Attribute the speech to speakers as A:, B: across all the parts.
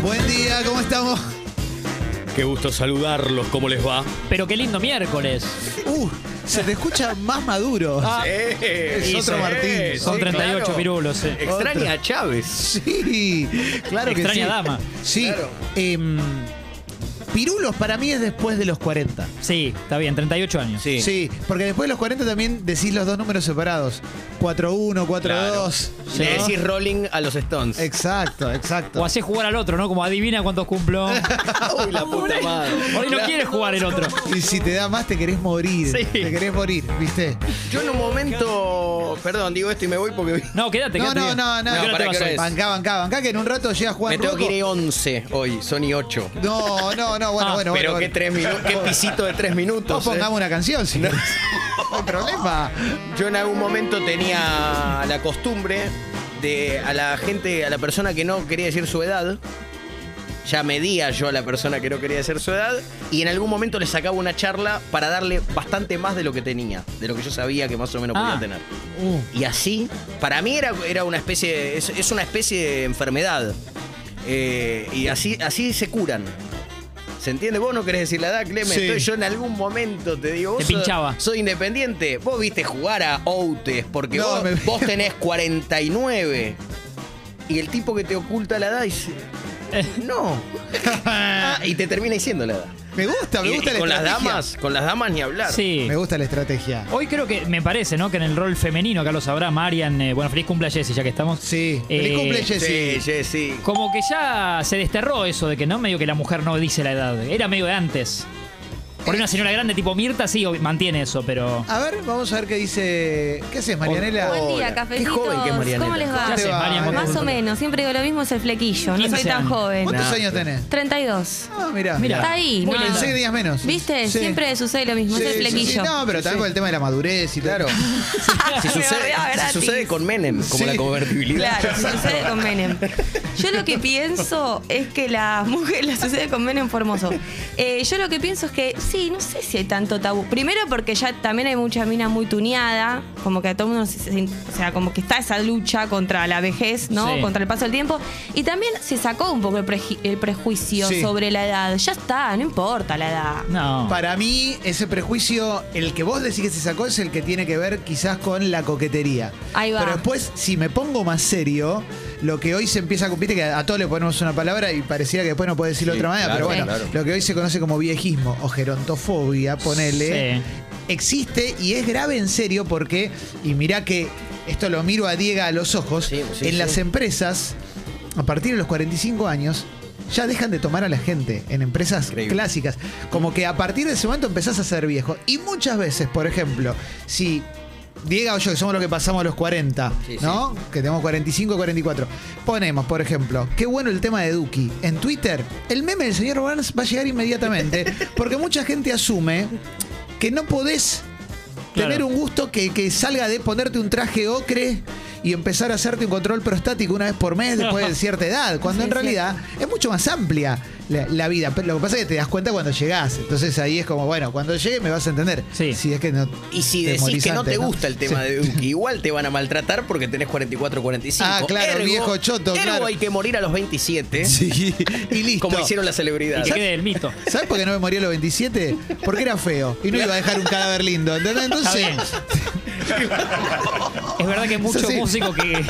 A: Buen día, ¿cómo estamos?
B: Qué gusto saludarlos, ¿cómo les va?
C: Pero qué lindo miércoles.
A: Uh, se te escucha más maduro.
C: Ah,
B: es
A: otro Martín.
C: Son 38 pirulos, eh.
B: Extraña a Chávez.
A: Sí, claro que sí.
C: Extraña dama.
A: Sí.
B: Claro.
A: em, pirulos para mí es después de los 40.
C: Sí, está bien, 38 años.
B: Sí.
A: Sí, porque después de los 40 también decís los dos números separados. 4-1, 4-2.
B: Claro.
A: ¿no?
B: Le decís rolling a los Stones.
A: Exacto, exacto.
C: O hace jugar al otro, ¿no? Como adivina cuántos cumplo. Hoy
B: Uy, la puta madre.
C: no quiere jugar el otro.
A: Y si te da más, te querés morir.
C: Sí.
A: Te querés morir, ¿viste?
B: Yo en un momento. Perdón, digo esto y me voy porque.
C: No, quédate,
A: No,
C: quédate.
A: no,
C: bien.
A: no, no.
C: ¿A qué
B: No,
C: hora te
B: ¿para qué
C: vas
B: hora
C: hoy?
B: es?
A: Banca, banca, banca, que en un rato llega Juan
B: Me tengo que
A: Rocco.
B: ir 11 hoy, son y 8.
A: No, no, no, bueno,
C: Ah,
A: bueno,
B: Pero
A: bueno,
B: qué,
A: bueno.
B: tres minu- qué pisito de 3
A: No
B: minutos. eh.
A: pongamos una canción, si no. hay problema.
B: Yo en algún momento tenía la costumbre de a la gente, a la persona que no quería decir su edad, ya medía yo a la persona que no quería decir su edad, y en algún momento le sacaba una charla para darle bastante más de lo que tenía, de lo que yo sabía que más o menos podía
C: Ah.
B: tener. Y así, para mí era, era una especie, de- es, es una especie de enfermedad. Eh, y así, así se curan. ¿Se entiende? Vos no querés decir la edad, Clemen.
A: Sí.
B: Entonces yo en algún momento te digo, vos
C: Te
B: sos-
C: pinchaba.
B: soy independiente. Vos viste jugar a Outes porque
A: No,
B: vos,
A: me-
B: vos tenés 49. Y el tipo que te oculta la edad dice, no. Eh. Ah, y te termina diciendo la edad.
A: Me gusta, me
B: Y-
A: gusta
B: y
A: la
B: con las
A: estrategia.
B: damas, con las damas ni hablar.
C: Sí.
A: Me gusta la estrategia.
C: Hoy creo que, me parece, ¿no? Que en el rol femenino, acá lo sabrá Marian. eh, bueno, feliz cumple a Jessy, ya que estamos.
A: Sí.
C: Eh,
A: Feliz cumple,
B: Sí,
A: Jessy.
B: sí, sí.
C: Como que ya se desterró eso de que no, medio que la mujer no dice la edad. Era medio de antes. Por ahí una señora grande tipo Mirta, sí, ob- mantiene eso, pero.
A: A ver, vamos a ver qué dice. ¿Qué haces, Marianela?
B: Hola.
D: Buen día, cafecitos.
B: Qué joven que es Marianela.
D: ¿Cómo les
A: Ah,
D: va?
C: Ya sé, Marian,
A: Marian.
D: Más o menos, siempre digo lo mismo, es el flequillo. No
C: 15
D: soy tan
C: años.
D: joven.
A: ¿Cuántos
B: Nah.
A: años tenés?
D: 32.
A: Ah, mirá.
C: Mirá.
D: Está ahí,
A: Muy
D: no.
A: bien, seis días menos.
D: ¿Viste?
A: Sí.
D: Siempre sucede lo mismo,
A: Sí,
D: es el
A: sí, sí.
D: flequillo.
A: No, pero también por el tema de la madurez y
B: Claro.
A: todo.
B: Si
D: Me
B: sucede,
D: bardeaba
B: si
D: gratis.
B: sucede con Menem, como
A: Sí.
B: la convertibilidad.
D: Claro, sucede con Menem. Yo lo que pienso es que las mujeres, la sucede con Menem Formoso. Eh, yo lo que pienso es que sí, no sé si hay tanto tabú. Primero porque ya también hay mucha mina muy tuneada, como que a todo el mundo, se- se- o sea, como que está esa lucha contra la vejez, ¿no?
C: Sí.
D: Contra el paso del tiempo. Y también se sacó un poco el, preji- el prejuicio
A: Sí.
D: sobre la edad. Ya está, no importa la edad.
C: No.
A: Para mí, ese prejuicio, el que vos decís que se sacó, es el que tiene que ver quizás con la coquetería.
D: Ahí va.
A: Pero después, si me pongo más serio, lo que hoy se empieza a cumplir, que a todos le ponemos una palabra y pareciera que después no puede decirlo de
B: Sí,
A: otra manera,
B: claro,
A: pero bueno,
B: claro.
A: lo que hoy se conoce como viejismo o gerontofobia, ponele,
C: Sí.
A: existe y es grave en serio porque, y mirá que esto lo miro a Diego a los ojos,
B: Sí, sí,
A: en
B: sí.
A: las empresas, a partir de los 45 años, ya dejan de tomar a la gente en empresas
B: Increíble.
A: clásicas. Como que a partir de ese momento empezás a ser viejo. Y muchas veces, por ejemplo, si Diego o yo, que somos los que pasamos los 40,
B: Sí,
A: ¿no? Que tenemos 45, 44. Ponemos, por ejemplo, qué bueno el tema de Duki. En Twitter, el meme del señor Barnes va a llegar inmediatamente. porque mucha gente asume que no podés
C: Claro.
A: tener un gusto que, que salga de ponerte un traje ocre y empezar a hacerte un control prostático una vez por mes después de cierta edad, cuando en
D: Sí, es
A: realidad es mucho más amplia la, la vida. Pero lo que pasa es que te das cuenta cuando llegás. Entonces ahí es como, bueno, cuando llegue me vas a entender.
C: Sí.
A: Si es que no.
B: Y si
A: te
B: decís
A: morís
B: que no
A: antes,
B: te gusta el tema
A: Sí.
B: de Duki, igual te van a maltratar porque tenés 44, 45.
A: Ah, claro,
B: Ergo-
A: viejo choto,
B: ergo
A: claro.
B: hay que morir a los 27.
A: Sí, y listo.
B: Como hicieron las
C: Y
B: celebridades.
C: que quede el mito.
A: ¿Sabes por qué no me morí a los 27? Porque era feo y no iba a dejar un cadáver lindo. ¿entendés?
C: Está
A: Entonces,
C: bien. es verdad que hay mucho
A: Sí.
C: músico que,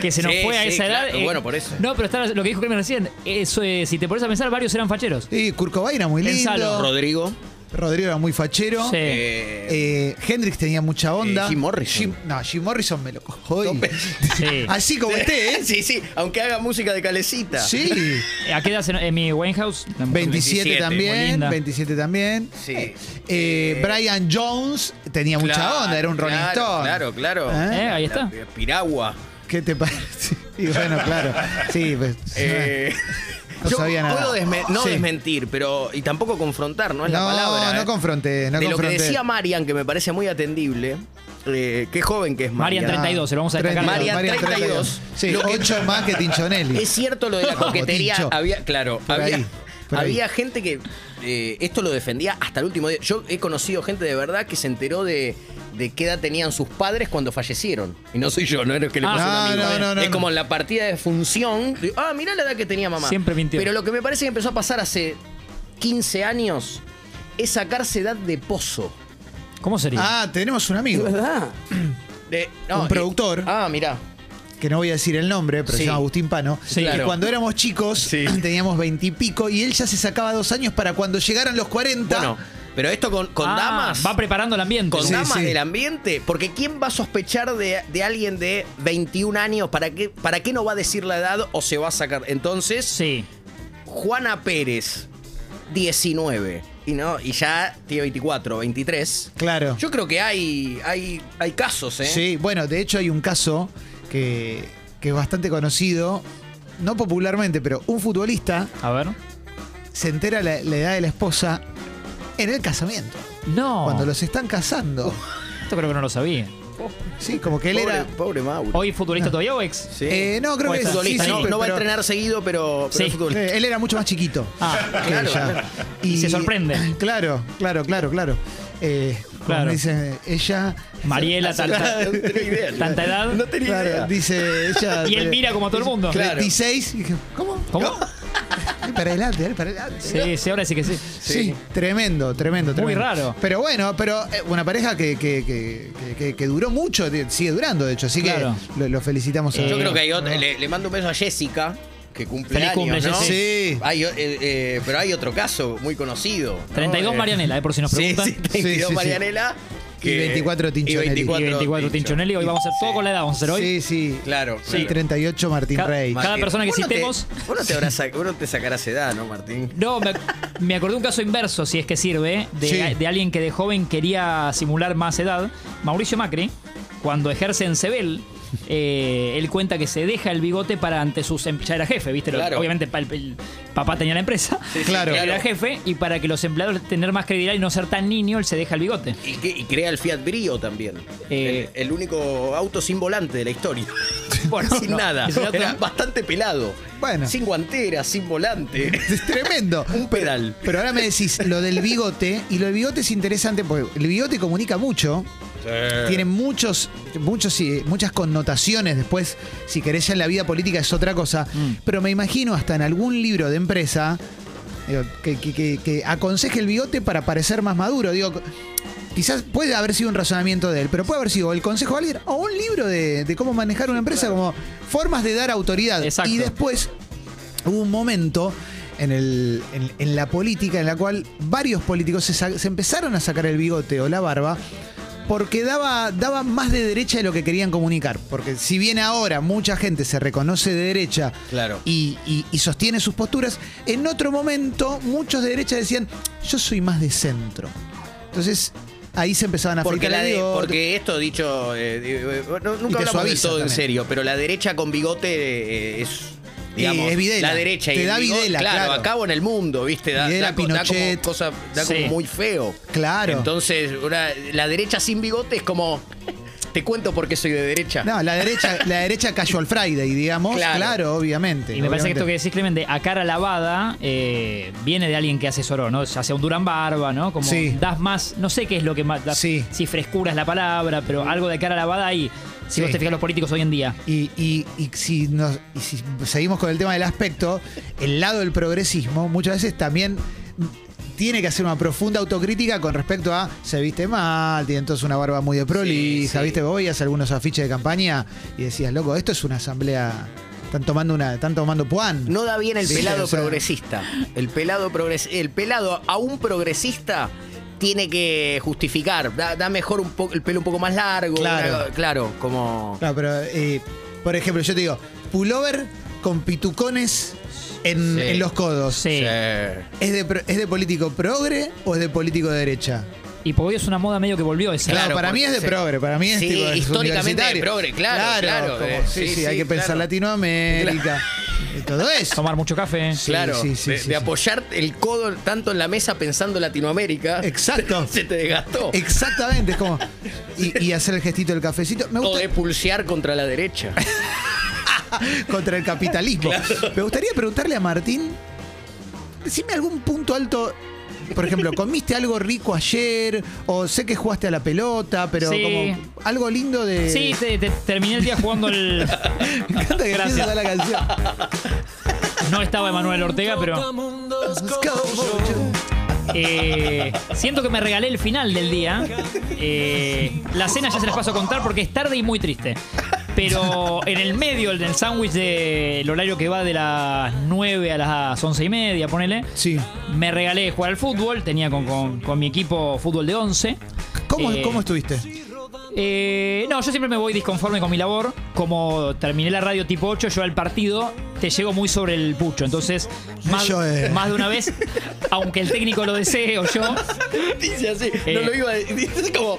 C: que se nos
B: Sí,
C: fue a
B: sí,
C: esa edad. eh,
B: claro. Bueno, por eso.
C: No, pero está lo que dijo Clemen recién. Eso es, si te pones a pensar, varios eran facheros.
A: y Kurt Cobain era muy
C: Pensalo,
A: lindo.
B: Rodrigo.
A: Rodrigo era muy fachero.
C: Sí.
B: eh,
A: Eh, Hendrix tenía mucha onda.
B: Eh, Jim Morrison.
A: Jim- no, Jim Morrison me lo cojo hoy.
B: Tope.
C: Sí.
A: Así como esté, ¿eh?
B: Sí, sí, aunque haga música de calecita.
A: Sí.
C: ¿A qué edad se- en mi Winehouse? La mujer-
A: 27
B: muy
A: también.
C: linda.
A: 27 también.
B: Sí.
A: Eh, Brian Jones tenía mucha
B: Claro,
A: onda, era un Rolling
B: claro,
A: Stone.
B: Claro, claro.
A: ¿Eh?
C: Eh, ahí está.
B: La piragua.
A: ¿Qué te parece? Y bueno, claro. Sí, pues.
B: Eh,
A: No
B: yo
A: sabía nada.
B: puedo desme- no
A: Sí.
B: desmentir, pero. Y tampoco confrontar, no es la
A: no,
B: palabra.
A: no
B: ¿eh?
A: confronté, no Ah,
B: de lo que
A: confronté.
B: decía Marian, que me parece muy atendible, eh, qué joven que es Marian.
C: Marian, 32, se lo vamos a destacar.
B: Marian, 32.
A: Sí,
B: Lo que-
A: 8 más que Tinchonelli.
B: Es cierto lo de la
A: Como
B: coquetería.
A: Tincho.
B: Había, claro,
A: Por
B: había,
A: ahí, por ahí.
B: había gente que eh, esto lo defendía hasta el último día. Yo he conocido gente de verdad que se enteró de, de qué edad tenían sus padres cuando fallecieron. Y no soy yo, no es que le
C: Ah.
B: pase a un
A: No,
B: amigo. ¿eh?
A: no, no, no,
B: es
A: no.
B: como en la partida de función. digo, Ah, mirá la edad que tenía mamá.
C: Siempre mintió.
B: Pero lo que me parece que empezó a pasar hace 15 años es sacarse edad de pozo.
C: ¿Cómo sería?
A: Ah, tenemos un amigo,
B: verdad.
A: Un productor.
B: ah, mirá.
A: que no voy a decir el nombre, pero
B: Sí.
A: se llama Agustín Pano,
C: Sí,
A: que
B: claro.
A: cuando éramos chicos
B: Sí.
A: teníamos veintipico y, él ya se sacaba dos años para cuando llegaran los 40.
B: Bueno, pero esto con, con
C: Ah,
B: damas.
C: Va preparando el ambiente.
B: con
A: Sí,
B: damas
A: sí.
B: del ambiente, porque ¿quién va a sospechar de, de alguien de 21 años? ¿Para qué, ¿Para qué no va a decir la edad o se va a sacar? Entonces,
C: Sí.
B: Juana Pérez, 19. Y no, y ya tiene 24, 23.
A: Claro.
B: Yo creo que hay, hay, hay casos, ¿eh?
A: Sí, bueno, de hecho hay un caso que, que es bastante conocido, no popularmente, pero un futbolista
C: A ver.
A: se entera la, la edad de la esposa en el casamiento,
B: Oh.
C: No.
A: cuando los están casando.
C: Esto creo que no lo sabía.
A: Sí, como que él
B: pobre,
A: era...
B: pobre Mauro.
C: ¿Hoy futbolista todavía o ex?
B: Sí.
A: Eh, no, creo
B: Como
A: que
B: es
A: sí,
B: futbolista,
C: sí,
B: no,
A: pero-
B: no va a
A: pero-
B: entrenar seguido, pero, pero
C: Sí.
B: es futbolista.
A: Eh, él era mucho más chiquito.
C: Ah,
A: que
B: claro.
A: ella.
C: Y se sorprende.
A: Claro, claro, claro, claro. Eh, como
C: Claro.
A: Dice ella.
C: Mariela, tanta,
B: No tenía idea.
C: tanta edad.
B: No tenía
A: claro,
B: idea.
A: dice ella.
C: Y él
A: eh,
C: mira como todo el mundo.
B: Claro.
A: 36. Y dije, ¿Cómo?
C: ¿Cómo?
A: Ay, Para adelante, dale para adelante.
C: Sí, sí, ahora sí que sí.
A: Sí, tremendo, tremendo,
C: Muy
A: tremendo.
C: raro.
A: Pero bueno, pero eh, una pareja que, que, que- que- que- que duró mucho, de- sigue durando, de hecho. Así
C: Claro.
A: que lo, lo felicitamos. a-
B: Yo
C: Eh,
B: creo que hay otro. Le, le mando un beso a Jessica, que cumple
C: Feliz
B: años,
C: cumple,
B: ¿no?
C: Jessy.
A: Sí.
B: Hay o- eh, eh, pero hay otro caso muy conocido. ¿no?
C: 32
B: Eh,
C: Marianela, eh, por si nos
B: Sí,
C: preguntan.
B: sí, 32
A: Sí, sí, sí.
B: Marianela.
A: Y 24 Tinchonelli.
C: Y 24 Tinchonelli. Hoy vamos a hacer todo
B: Sí.
C: con la edad. Vamos a hacer hoy.
A: Sí, sí.
B: Claro.
A: Sí, 38 Martín
C: Ca-
A: Rey.
C: Cada persona que
B: vos no te-
C: citemos-
B: vos, no te habrás sac- vos no te sacarás edad, ¿no, Martín?
C: No, me, me acordé un caso inverso, si es que sirve, de,
A: Sí.
C: de alguien que de joven quería simular más edad. Mauricio Macri, cuando ejerce en Sebel, eh, él cuenta que se deja el bigote para ante sus... em- Ya era jefe, ¿viste? Lo-
B: Claro.
C: Obviamente pa- el, el papá tenía la empresa.
A: Claro.
C: Él Era jefe y para que los empleados tener más credibilidad y no ser tan niño, él se deja el bigote.
B: Y, que- y crea el Fiat Brio también.
C: Eh.
B: el, el único auto sin volante de la historia.
C: Bueno,
B: sin
C: no,
B: nada.
C: es un auto-
B: Era bastante pelado.
A: Bueno.
B: Sin guantera, sin volante.
A: Es tremendo.
B: Un pedal.
A: Pero ahora me decís lo del bigote, y lo del bigote es interesante porque el bigote comunica mucho, tiene muchos, muchos, eh, muchas connotaciones después, si querés ya en la vida política es otra cosa, pero me imagino hasta en algún libro de empresa digo, que, que- que- que aconseje el bigote para parecer más maduro, digo... Quizás puede haber sido un razonamiento de él, pero puede haber sido el consejo de alguien o un libro de, de cómo manejar una empresa, como formas de dar autoridad.
C: Exacto.
A: Y después Hubo un momento en, el- en- en la política en la cual varios políticos se, sa- se empezaron a sacar el bigote o la barba porque daba, daba más de derecha de lo que querían comunicar. Porque si bien ahora mucha gente se reconoce de derecha
B: Claro.
A: y, y- y sostiene sus posturas, en otro momento muchos de derecha decían, yo soy más de centro. Entonces ahí se empezaban a
B: Porque,
A: afeitar
B: la
A: el
B: de-
A: bigote.
B: porque esto dicho, eh, eh, no-
A: te
B: nunca hablamos del
A: suaviza
B: todo en
A: también.
B: serio, pero la derecha con bigote eh, es. Digamos,
A: Y es videla.
B: La derecha y
A: Te
B: el
A: da
B: bigote,
A: videla,
B: claro,
A: claro.
B: acabo en el mundo, ¿viste? Da,
A: Videla,
B: da co- da
A: Pinochet.
B: como, cosa, da
C: Sí.
B: como muy feo.
A: Claro.
B: Entonces, una- la derecha sin bigote es como. Te cuento por qué soy de derecha.
A: No, la derecha, la derecha cayó al Friday, digamos. Claro,
B: Claro.
A: obviamente.
C: Y me parece que
A: obviamente.
C: esto que decís, Clemente, a cara lavada, eh, viene de alguien que asesoró, ¿no? Ya sea un Durán Barba, ¿no? Como
A: Sí.
C: das más, no sé qué es lo que más, das-
A: Sí.
C: si frescura es la palabra, pero algo de cara lavada ahí, si
A: Sí.
C: vos te fijas los políticos hoy en día.
A: Y, y- y si nos, y si seguimos con el tema del aspecto, el lado del progresismo muchas veces también tiene que hacer una profunda autocrítica con respecto a se viste mal, tiene entonces una barba muy de prolija,
B: Sí, sí.
A: viste, vos veías algunos afiches de campaña y decías, loco, esto es una asamblea, están tomando una, están tomando puan.
B: No da bien el
A: Sí,
B: pelado
A: o sea.
B: progresista. El pelado progres el pelado a un progresista tiene que justificar. Da, da mejor un po- el pelo un poco más largo.
A: Claro.
B: una- claro, como.
A: Claro, pero eh, por ejemplo, yo te digo, pullover con pitucones en,
B: Sí.
A: en los codos.
C: Sí.
A: ¿Es de, pro- ¿Es de político progre o es de político de derecha?
C: Y porque hoy es una moda medio que volvió esa.
A: Claro,
B: Claro,
A: para mí es de
B: porque se-
A: progre, para mí es
B: Sí,
A: tipo, es
B: históricamente
A: universitario.
B: de progre, claro, claro,
A: como,
B: eh,
A: sí,
B: sí,
A: sí,
B: sí,
A: hay que pensar
B: claro.
A: Latinoamérica, y todo eso.
C: Tomar mucho café.
A: Sí,
B: Claro,
A: sí, sí,
B: de,
A: sí, sí.
B: de apoyar el codo tanto en la mesa pensando Latinoamérica.
A: Exacto.
B: Se te desgastó.
A: Exactamente, es como y, y hacer el gestito del cafecito. Me
B: O
A: gusta
B: de pulsear contra la derecha.
A: contra el capitalismo. Me gustaría preguntarle a Martín, decime algún punto alto por ejemplo, comiste algo rico ayer, o sé que jugaste a la pelota, pero
C: Sí.
A: como algo lindo de.
C: Sí, te- te- terminé el día jugando el.
A: Me encanta que
C: Gracias.
A: empieza a la canción.
C: No estaba Emanuel Ortega, pero eh, siento que me regalé el final del día. Eh, la cena ya se las paso a contar porque es tarde y muy triste. Pero en el medio, en el sándwich del horario que va de las 9 a las 11 y media, ponele,
A: Sí.
C: me regalé jugar al fútbol. Tenía con, con- con mi equipo fútbol de 11.
A: ¿Cómo,
C: Eh,
A: ¿Cómo estuviste?
C: Eh, no, yo siempre me voy disconforme con mi labor. Como terminé la radio tipo 8, yo al partido te llego muy sobre el pucho. Entonces, más,
A: Yo, eh.
C: más de una vez, aunque el técnico lo desee o yo,
B: Dice así,
C: Eh.
B: no lo iba a decir. Dice como.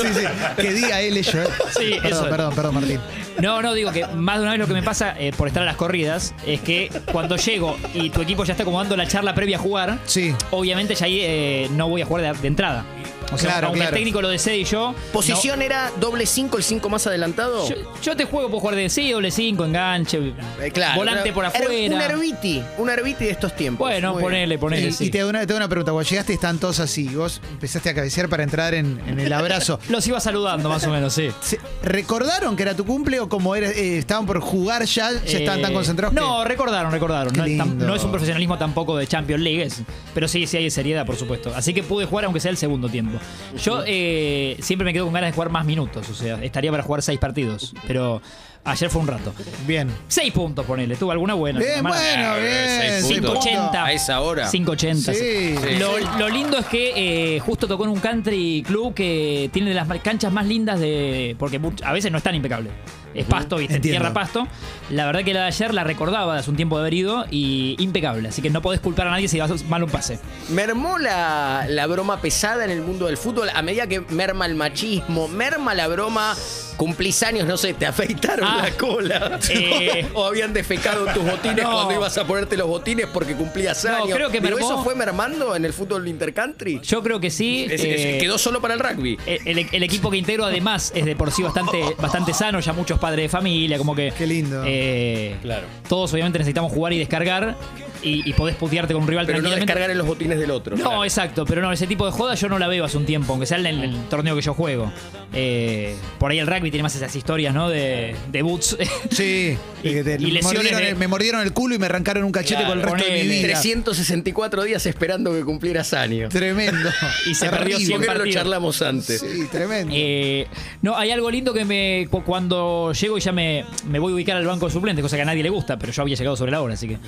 A: Sí, sí. Que diga él ello. ¿eh?
C: Sí,
A: perdón,
C: eso.
A: perdón, perdón, Martín.
C: no, no, digo que más de una vez lo que me pasa eh, por estar a las corridas es que cuando llego y tu equipo ya está como dando la charla previa a jugar,
A: Sí.
C: obviamente ya ahí eh, no voy a jugar de, de entrada. O sea,
A: Claro,
C: aunque
A: claro.
C: el técnico lo desee y yo.
B: ¿Posición era doble 5, el 5 más adelantado?
C: no. yo, yo te juego por jugar de sí, doble 5, enganche,
B: Eh, claro.
C: volante
B: Era-
C: por
B: era
C: afuera.
B: Un herbiti, un herbiti de estos tiempos.
C: Bueno,
B: Muy bien.
C: ponele, ponele.
A: Y,
C: sí.
A: y te, hago una, te hago una pregunta. Cuando llegaste están todos así. y Vos empezaste a cabecear para entrar en, en el abrazo.
C: Los iba saludando más o menos, sí.
A: ¿Se- ¿Recordaron que era tu cumple o como era, eh, estaban por jugar ya, ya estaban
C: Eh,
A: tan concentrados?
C: No, recordaron, recordaron.
A: Qué
C: No es, tan-
A: lindo.
C: no es un profesionalismo tampoco de Champions League, es- pero sí, sí hay seriedad, por supuesto. Así que pude jugar aunque sea el segundo tiempo. Yo eh, siempre me quedo con ganas de jugar más minutos, o sea, estaría para jugar seis partidos, pero ayer fue un rato.
A: que- Bien.
C: Seis puntos, ponele, tuvo alguna buena.
A: Bien,
C: alguna mala.
A: bueno, bien.
E: seis
A: cinco
E: puntos.
C: 5.80.
E: A esa hora.
C: 5.80.
A: Sí.
E: Sí.
C: Lo, lo lindo es que eh, justo tocó en un country club que tiene de las mar- canchas más lindas de. Porque much- a veces no es tan impecable. Es pasto, viste,
A: Entiendo.
C: tierra pasto. La verdad que la de ayer la recordaba de hace un tiempo de haber ido y impecable. Así que no podés culpar a nadie si das mal un pase.
B: Mermó la, la broma pesada en el mundo del fútbol a medida que merma el machismo, merma la broma, cumplís años, no sé, te afeitaron
C: Ah.
B: la cola.
C: Eh.
B: o habían defecado tus botines
C: No.
B: cuando ibas a ponerte los botines porque cumplías
C: No,
B: años.
C: creo que
B: Digo,
C: mermó-
B: ¿Eso fue mermando en el fútbol intercountry?
C: Yo creo que sí.
B: Es- es-
C: eh,
B: quedó solo para el rugby.
C: el, el equipo que integro además es de por sí bastante, bastante sano, ya muchos padres de familia, como que...
A: Qué lindo.
C: eh,
E: Claro.
C: Todos obviamente necesitamos jugar y descargar y, y podés putearte con un rival
B: Pero no
C: tranquilamente.
B: descargar en los botines del otro.
C: No,
B: Claro.
C: exacto, pero no, ese tipo de joda yo no la veo hace un tiempo, aunque sea en el, el torneo que yo juego. Eh, por ahí el rugby tiene más esas historias, ¿no? De, de boots.
A: Sí.
C: Y-
A: de que te-
C: y lesiones
A: mordieron
C: de-
A: el- me mordieron el culo y me arrancaron un cachete
C: Claro,
A: por el resto de mi
C: ponele.
A: vida.
B: 364 días esperando que cumplieras años.
A: Tremendo.
C: Y se perdió
A: Terrible.
B: ¿Por qué no lo
C: partidos.
B: charlamos antes?
A: Sí, tremendo.
C: Eh, no, hay algo lindo que me cu- cuando llego y ya me, me voy a ubicar al banco de suplentes, cosa que a nadie le gusta, pero yo había llegado sobre la hora, así que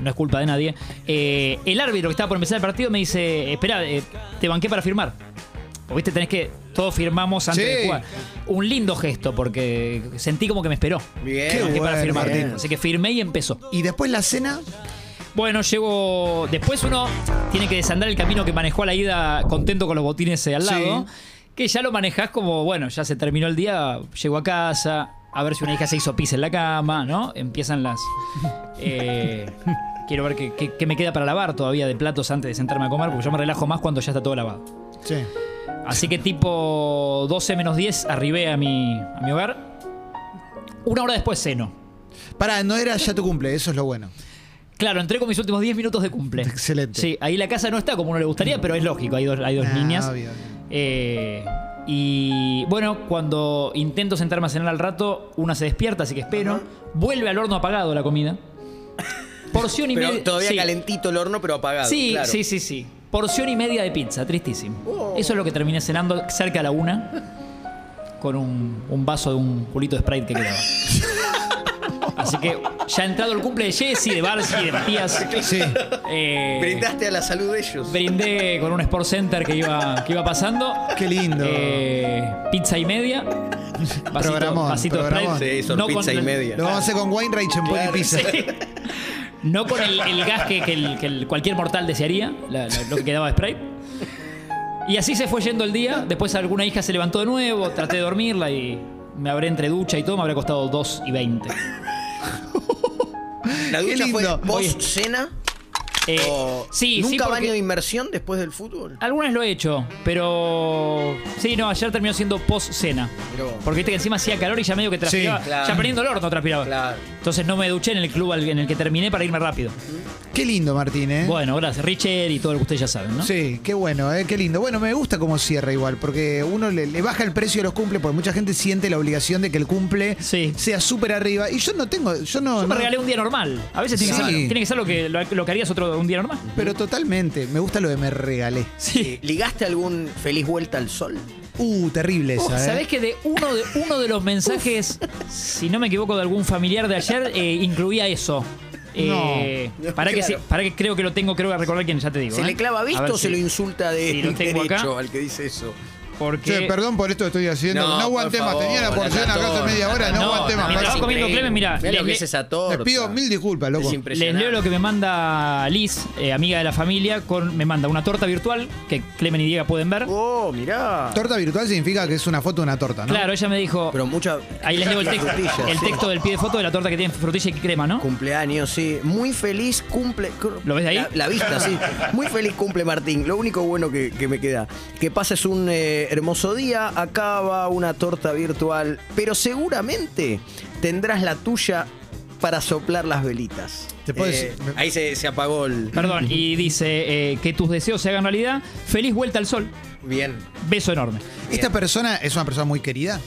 C: no es culpa de nadie. Eh, el árbitro que estaba por empezar el partido me dice, espera, eh, te banqué para firmar. O viste, tenés que, todos firmamos antes
A: Sí.
C: de jugar. Un lindo gesto, porque sentí como que me esperó.
B: Bien.
A: Qué
C: Me banqué para
A: bueno,
C: firmar.
A: Martín.
C: Así que firmé y empezó.
A: Y después la cena.
C: Bueno, llego. Después uno tiene que desandar el camino que manejó a la ida contento con los botines eh, al
A: Sí.
C: lado. Que ya lo manejás como, bueno, ya se terminó el día, llego a casa, a ver si una hija se hizo pis en la cama, ¿no? Empiezan las. eh, quiero ver qué, qué- qué me queda para lavar todavía de platos antes de sentarme a comer, porque yo me relajo más cuando ya está todo lavado.
A: Sí.
C: Así que tipo 12 menos 10 arribé a mi, a mi hogar. Una hora después ceno.
A: Pará, no era ya tu cumple, eso es lo bueno.
C: Claro, entré con mis últimos 10 minutos de cumple.
A: Excelente.
C: Sí, ahí la casa no está como uno le gustaría, pero es lógico, hay dos, hay dos
A: Ah,
C: niñas.
A: obvio, obvio.
C: Eh, y bueno, cuando intento sentarme a cenar al rato, una se despierta, así que espero. Vuelve al horno apagado la comida. Porción y
B: Pero
C: media.
B: todavía
C: sí.
B: calentito el horno, pero apagado.
C: Sí,
B: claro. Oh.
C: sí, sí, sí. Porción y media de pizza, tristísimo. Eso es lo que terminé cenando cerca a la una, con un, un vaso de un culito de Sprite que quedaba. Así que ya ha entrado el cumple de Jesse, de Barsi, de Matías.
A: Sí.
C: Eh,
B: Brindaste a la salud de ellos.
C: brindé con un Sport Center que iba, que iba pasando.
A: Qué lindo.
C: Eh, pizza y media. Vasito,
A: Programón,
C: vasito de
A: programón.
C: Sprite.
B: Sí, son pizza y media.
A: Lo vamos a hacer con Wainwright en Pony Pizza.
C: No con el, el gas que, que el- que el- cualquier mortal desearía, la- la- lo que quedaba de Sprite. Y así se fue yendo el día. Después alguna hija se levantó de nuevo, traté de dormirla y me habré entre ducha y todo, me habrá costado 2 y 20.
B: La
A: Qué
B: ducha fue
A: lindo.
B: vos
A: Oye.
B: cena,
C: Eh,
B: O-
C: sí, sí,
B: Oh, ¿Nunca
C: porque-
B: baño de inmersión después del fútbol?
C: Algunas lo he hecho, pero. Sí, no, ayer terminó siendo post-cena.
B: Mira vos.
C: Porque viste que encima hacía calor y ya medio que transpiraba.
B: claro.
C: Ya perdiendo el horno transpiraba.
B: Claro.
C: Entonces no me duché en el club al- en el que terminé para irme rápido.
A: Qué lindo, Martín, ¿eh?
C: Bueno, gracias. Richard y todo lo que ustedes ya saben, ¿no?
A: Sí, qué bueno, ¿eh? qué lindo. Bueno, me gusta cómo cierra igual, porque uno le, le baja el precio de los cumple, porque mucha gente siente la obligación de que el cumple
C: Sí.
A: sea súper arriba. Y yo no tengo, yo no...
C: Yo
A: no-
C: me regalé un día normal. A veces tiene,
A: Sí.
C: que, ser, tiene que ser lo que, lo, lo que harías otro un día normal.
A: Pero totalmente, me gusta lo de me regalé.
C: Sí.
B: Eh, ¿Ligaste algún feliz vuelta al sol?
A: Uh, terrible esa, ¿eh?
C: Oh, ¿Sabés que de uno de, uno de los mensajes, si no me equivoco, de algún familiar de ayer, eh, incluía eso? Eh,
B: No.
C: para que
B: Claro.
C: para que creo que lo tengo, creo que recordar quién ya te digo.
B: ¿Se
C: ¿eh?
B: le clava
C: A
B: visto
C: ver
B: o se
C: si-
B: lo insulta de
C: si lo tengo
B: derecho
C: acá.
B: al que dice eso?
C: Porque
A: Che, perdón por esto que estoy haciendo,
B: No,
A: no,
B: por
A: aguanté más.
B: favor,
A: Tenía la porción
B: la
A: acá hace
B: torta,
A: media hora, no,
C: no,
A: aguanté más.
C: mientras
A: Maxi.
C: vas comiendo Clemen, mirá,
B: Mirá lo
C: le-
B: que es esa
A: Les
B: torta.
A: pido mil disculpas, loco.
B: Es
C: Les
B: impresionante.
C: leo lo que me manda Liz, eh, amiga de la familia, con, me manda una torta virtual que Clemen y Diego pueden ver.
B: Oh, mirá.
A: Torta virtual significa que es una foto de una torta, ¿no?
C: Claro, ella me dijo.
B: Pero mucha.
C: ahí les leo el texto,
B: frutilla,
C: el
B: sí.
C: texto del pie de foto de la torta que tiene frutilla y crema, ¿no?
B: Cumpleaños, sí. Muy feliz cumple.
C: ¿Lo ves ahí?
B: La, la vista, sí. Muy feliz cumple, Martín. Lo único bueno que, que me queda. Que pases un eh, hermoso día. Acá va una torta virtual. Pero seguramente tendrás la tuya para soplar las velitas. Eh,
A: Te puedo decir-
B: ahí se, se apagó el.
C: Perdón, y dice eh, que tus deseos se hagan realidad. Feliz vuelta al sol.
B: Bien.
C: Beso enorme.
A: Esta persona es una persona muy querida.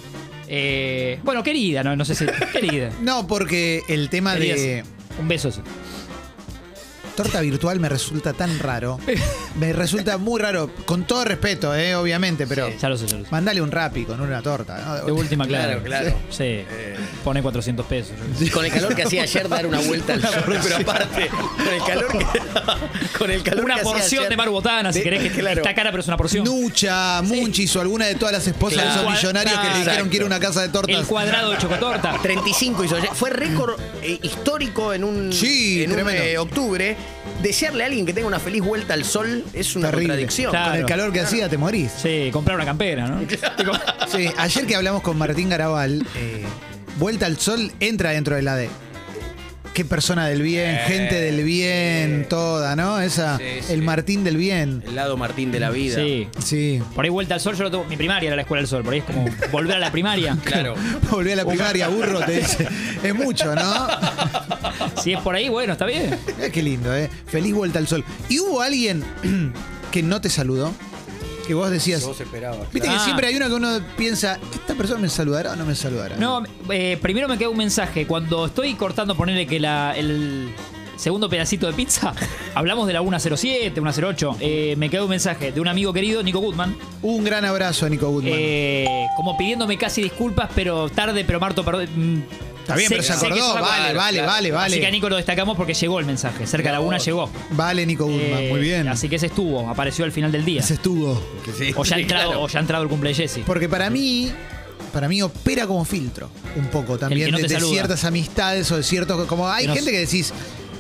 C: Eh, bueno, querida, no, no sé si. Querida.
A: No, porque el tema
C: Querida,
A: de
C: sí. Un beso. sí.
A: torta virtual me resulta tan raro. Me resulta muy raro. Con todo respeto, eh, obviamente, pero.
C: Ya lo sé, ya lo sé.
A: Mandale un rapi con una torta.
C: De
A: ¿no?
C: última, claro.
B: Claro, claro. Eh.
C: Sí. Pone 400 pesos. yo qué sé.
B: Con el calor que hacía ayer dar una vuelta al sol, pero aparte, con el calor que, con el calor
C: Una
B: que hacía
C: porción
B: ayer-
C: de barbotana, si
B: de-
C: querés que
B: claro.
C: está cara, pero es una porción.
A: Nucha, Munchis o alguna de todas las esposas
B: Claro.
A: de esos millonarios que le
C: Exacto.
A: dijeron que era una casa de
C: El
A: tortas.
C: cuadrado de chocotorta.
B: 35 hizo ayer. Fue récord eh, histórico en un,
A: Sí,
B: en un,
A: tremendo.
B: eh, octubre. Desearle a alguien que tenga una feliz vuelta al sol es una
A: Terrible.
B: contradicción.
C: Claro.
A: Con el calor que hacía, te morís.
C: Sí, comprar una campera, ¿no?
A: Sí, ayer que hablamos con Martín Garabal, eh, Vuelta al Sol entra dentro de la D. Qué persona del bien, gente del bien, toda, ¿no? Esa,
B: Sí,
A: el
B: sí.
A: Martín del bien.
B: El lado Martín de la vida.
C: Sí.
A: Sí.
C: Por ahí vuelta al sol, yo lo tuve. Mi primaria era la escuela del sol, por ahí es como volver a la primaria.
B: Claro.
A: Volví a la primaria, burro, te dice. Es mucho, ¿no?
C: Si es por ahí, bueno, está bien.
A: Eh, Qué lindo, ¿eh? Feliz Vuelta al Sol. ¿Y hubo alguien que no te saludó? Que vos decías...
B: esperabas.
A: Viste que
C: Ah.
A: siempre hay uno que uno piensa, ¿esta persona me saludará o no me saludará?
C: No, eh, primero me queda un mensaje. Cuando estoy cortando, ponerle que la, el segundo pedacito de pizza, hablamos de la 107, 108. eh, me queda un mensaje de un amigo querido, Nico Goodman,
A: Un gran abrazo a Nico Goodman.
C: eh, como pidiéndome casi disculpas, pero tarde, pero Marto, perdón. mm,
A: Está bien,
C: sé-
A: pero se
C: sé que
A: acordó.
C: se va a
A: Vale,
C: acordar,
A: vale,
C: claro.
A: vale, vale.
C: Así que a Nico lo destacamos porque llegó el mensaje. Cerca de la una llegó.
A: Vale, Nico Goodman,
C: Eh,
A: muy bien.
C: Así que ese estuvo, apareció al final del día.
A: Ese estuvo.
C: O ya, ha entrado, o ya ha entrado el cumple de Jesse.
A: Porque para mí, para mí opera como filtro, un poco
C: que
A: también,
C: no
A: de,
C: te
A: de
C: saluda.
A: ciertas amistades o de ciertos. Como hay
C: Que no
A: gente
C: se-
A: que decís,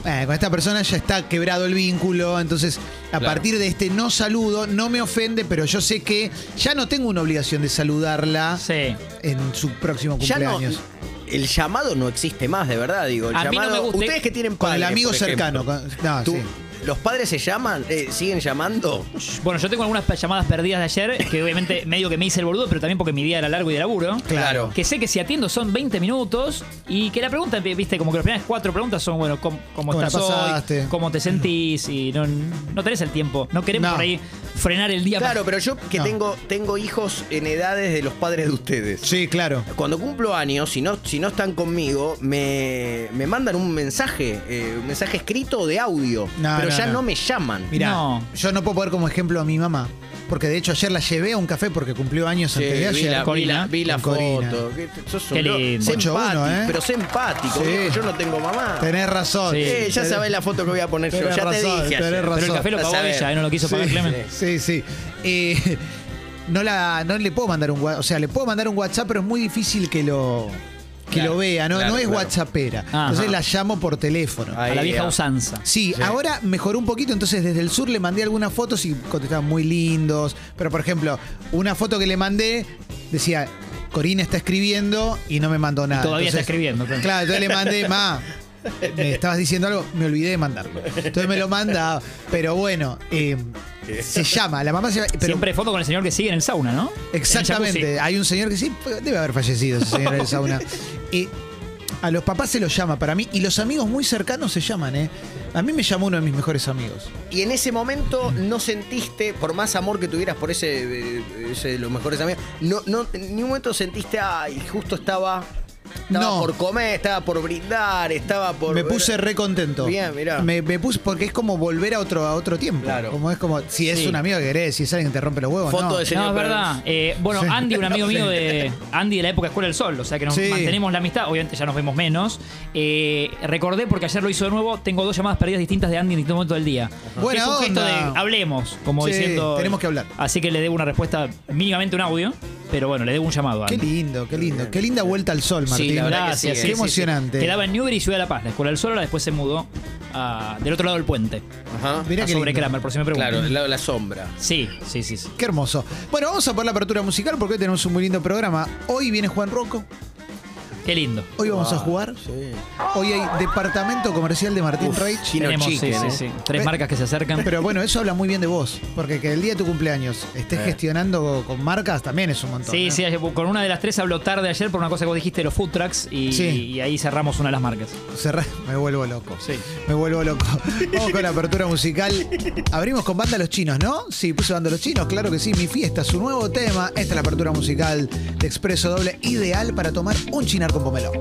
A: "Eh, con esta persona ya está quebrado el vínculo, entonces a partir de este no saludo, no me ofende, pero yo sé que ya no tengo una obligación de saludarla
C: Sí.
A: en su próximo
B: Ya no.
A: cumpleaños.
B: El llamado no existe más, de verdad, digo. El
C: A mí no
B: llamado,
C: me gusta.
B: Ustedes que tienen
A: Con
B: padres.
A: el amigo
B: por ejemplo,
A: cercano. con- no,
B: ¿tú-
A: sí.
B: ¿Los padres se llaman? Eh, ¿Siguen llamando?
C: Bueno, yo tengo algunas pa- llamadas perdidas de ayer, que obviamente medio que me hice el boludo, pero también porque mi día era largo y de laburo.
B: Claro.
C: Que sé que si atiendo son 20 minutos y que la pregunta, viste, como que las primeras cuatro preguntas son, bueno, ¿cómo, cómo
A: ¿Cómo la
C: estás hoy?
A: pasaste?
C: ¿Cómo te sentís? Y no, no tenés el tiempo. No queremos
A: No.
C: por ahí frenar el día.
B: Claro, pero yo que
A: No.
B: tengo, tengo hijos en edades de los padres de ustedes.
A: Sí, claro.
B: Cuando cumplo años, si no, si no están conmigo, me, me mandan un mensaje, eh, un mensaje escrito o de audio,
A: No,
B: pero
A: no,
B: ya
A: no.
B: no. me llaman.
A: Mira,
C: No.
A: yo no puedo poner como ejemplo a mi mamá, porque de hecho ayer la llevé a un café porque cumplió años
B: Sí,
A: antes de
B: vi,
A: ayer.
B: la, vi la-
C: Corina.
B: vi la
A: Con Corina.
B: foto. que sos un
C: Qué
B: loco.
C: lindo.
B: Sé
A: 8-1,
B: empático,
A: ¿eh?
B: Pero sé empático.
A: Sí.
B: viejo, Yo no tengo mamá.
A: Tenés razón.
C: Sí.
B: Eh, ya sabés la foto que voy a poner yo.
A: Tenés
B: Ya te
A: razón,
B: dije.
A: tenés
B: ayer.
A: razón.
C: Pero el café lo
B: Ya
C: pagó
B: sabés.
C: ella, eh, no lo quiso pagar Clemen.
A: Sí, sí. Eh, no, la, no le puedo mandar un WhatsApp. O sea, le puedo mandar un WhatsApp, pero es muy difícil que lo, que
B: Claro,
A: lo vea. No,
B: claro,
A: no es
B: claro.
A: WhatsAppera.
C: Ajá.
A: Entonces la llamo por teléfono.
B: Ahí,
C: A la vieja
B: ah.
C: usanza.
A: Sí, ahora mejoró un poquito, entonces desde el sur le mandé algunas fotos y contestaban muy lindos. Pero por ejemplo, una foto que le mandé decía, Corina está escribiendo y no me mandó nada.
C: todavía está
A: Entonces,
C: escribiendo, claro.
A: Claro, entonces le mandé, ma, me estabas diciendo algo, me olvidé de mandarlo. Entonces me lo manda, pero bueno, eh, se llama, la mamá se llama. Pero
C: Siempre de fondo con el señor que sigue en el sauna, ¿no? En el
A: Exactamente.
C: jacuzzi.
A: Hay un señor que sí, debe haber fallecido ese señor del sauna. Y a los papás se los llama para mí y los amigos muy cercanos se llaman, ¿eh? A mí me llamó uno de mis mejores amigos.
B: Y en ese momento no sentiste, por más amor que tuvieras por ese, eh, ese de los mejores amigos, no, no, en ningún momento sentiste, ay, justo estaba, estaba
A: No.
B: por comer, estaba por brindar, estaba por...
A: me puse re contento.
B: Bien, mirá.
A: Me, me puse porque es como volver a otro a otro tiempo.
B: Claro.
A: Como es como si es
C: Sí.
A: un amigo que querés, si es alguien que te rompe los huevos,
B: Foto
A: no.
B: de-
C: No,
B: Señor
C: es verdad.
B: Burns.
C: Eh, bueno, Andy, un amigo mío de Andy de la época Escuela del Sol, o sea que nos
A: Sí.
C: mantenemos la amistad, obviamente ya nos vemos menos. Eh, recordé porque ayer lo hizo de nuevo, tengo dos llamadas perdidas distintas de Andy en distinto momento del día. Que
A: Buena
C: es un gesto de
A: onda.
C: hablemos, como
A: Sí,
C: diciendo.
A: tenemos que hablar.
C: Así que le debo una respuesta, mínimamente un audio, pero bueno, le debo un llamado a
A: Qué
C: Andy.
A: lindo, qué lindo. Qué linda vuelta al sol, Martín.
B: la verdad que sí,
A: Qué
B: eh. sí, sí, sí.
A: emocionante.
C: Quedaba en Newbery y Ciudad de la Paz, la Escuela del Sol, ahora después se mudó a- del otro lado del puente,
B: Ajá.
A: Mirá
C: a
A: qué
C: sobre
A: lindo.
C: Kramer, por si me preguntan.
B: Claro, del lado de la sombra.
C: Sí, sí, sí. sí.
A: Qué hermoso. Bueno, vamos a por la apertura musical porque hoy tenemos un muy lindo programa. Hoy viene Juan Rocco,
C: Qué lindo.
A: hoy vamos a jugar. Hoy hay departamento comercial de Martín Reich.
B: Chino
C: Tenemos, sí,
B: chicken,
C: sí,
B: eh.
C: sí. Tres
A: Pe-
C: marcas que se acercan.
A: Pero bueno, eso habla muy bien de vos, porque que el día de tu cumpleaños estés
B: Eh.
A: gestionando con marcas también es un montón.
C: Sí,
A: ¿eh?
C: sí, ayer- con una de las tres habló tarde ayer por una cosa que vos dijiste de los food trucks y,
A: Sí.
C: y ahí cerramos una de las marcas.
A: Cerrá- me vuelvo loco. Me vuelvo loco. Vamos con la apertura musical. Abrimos con Banda Los Chinos, ¿no? Sí, puse Banda Los Chinos, claro que sí. Mi fiesta, su nuevo tema. Esta es la apertura musical de Expreso Doble, ideal para tomar un chinar con pomelo.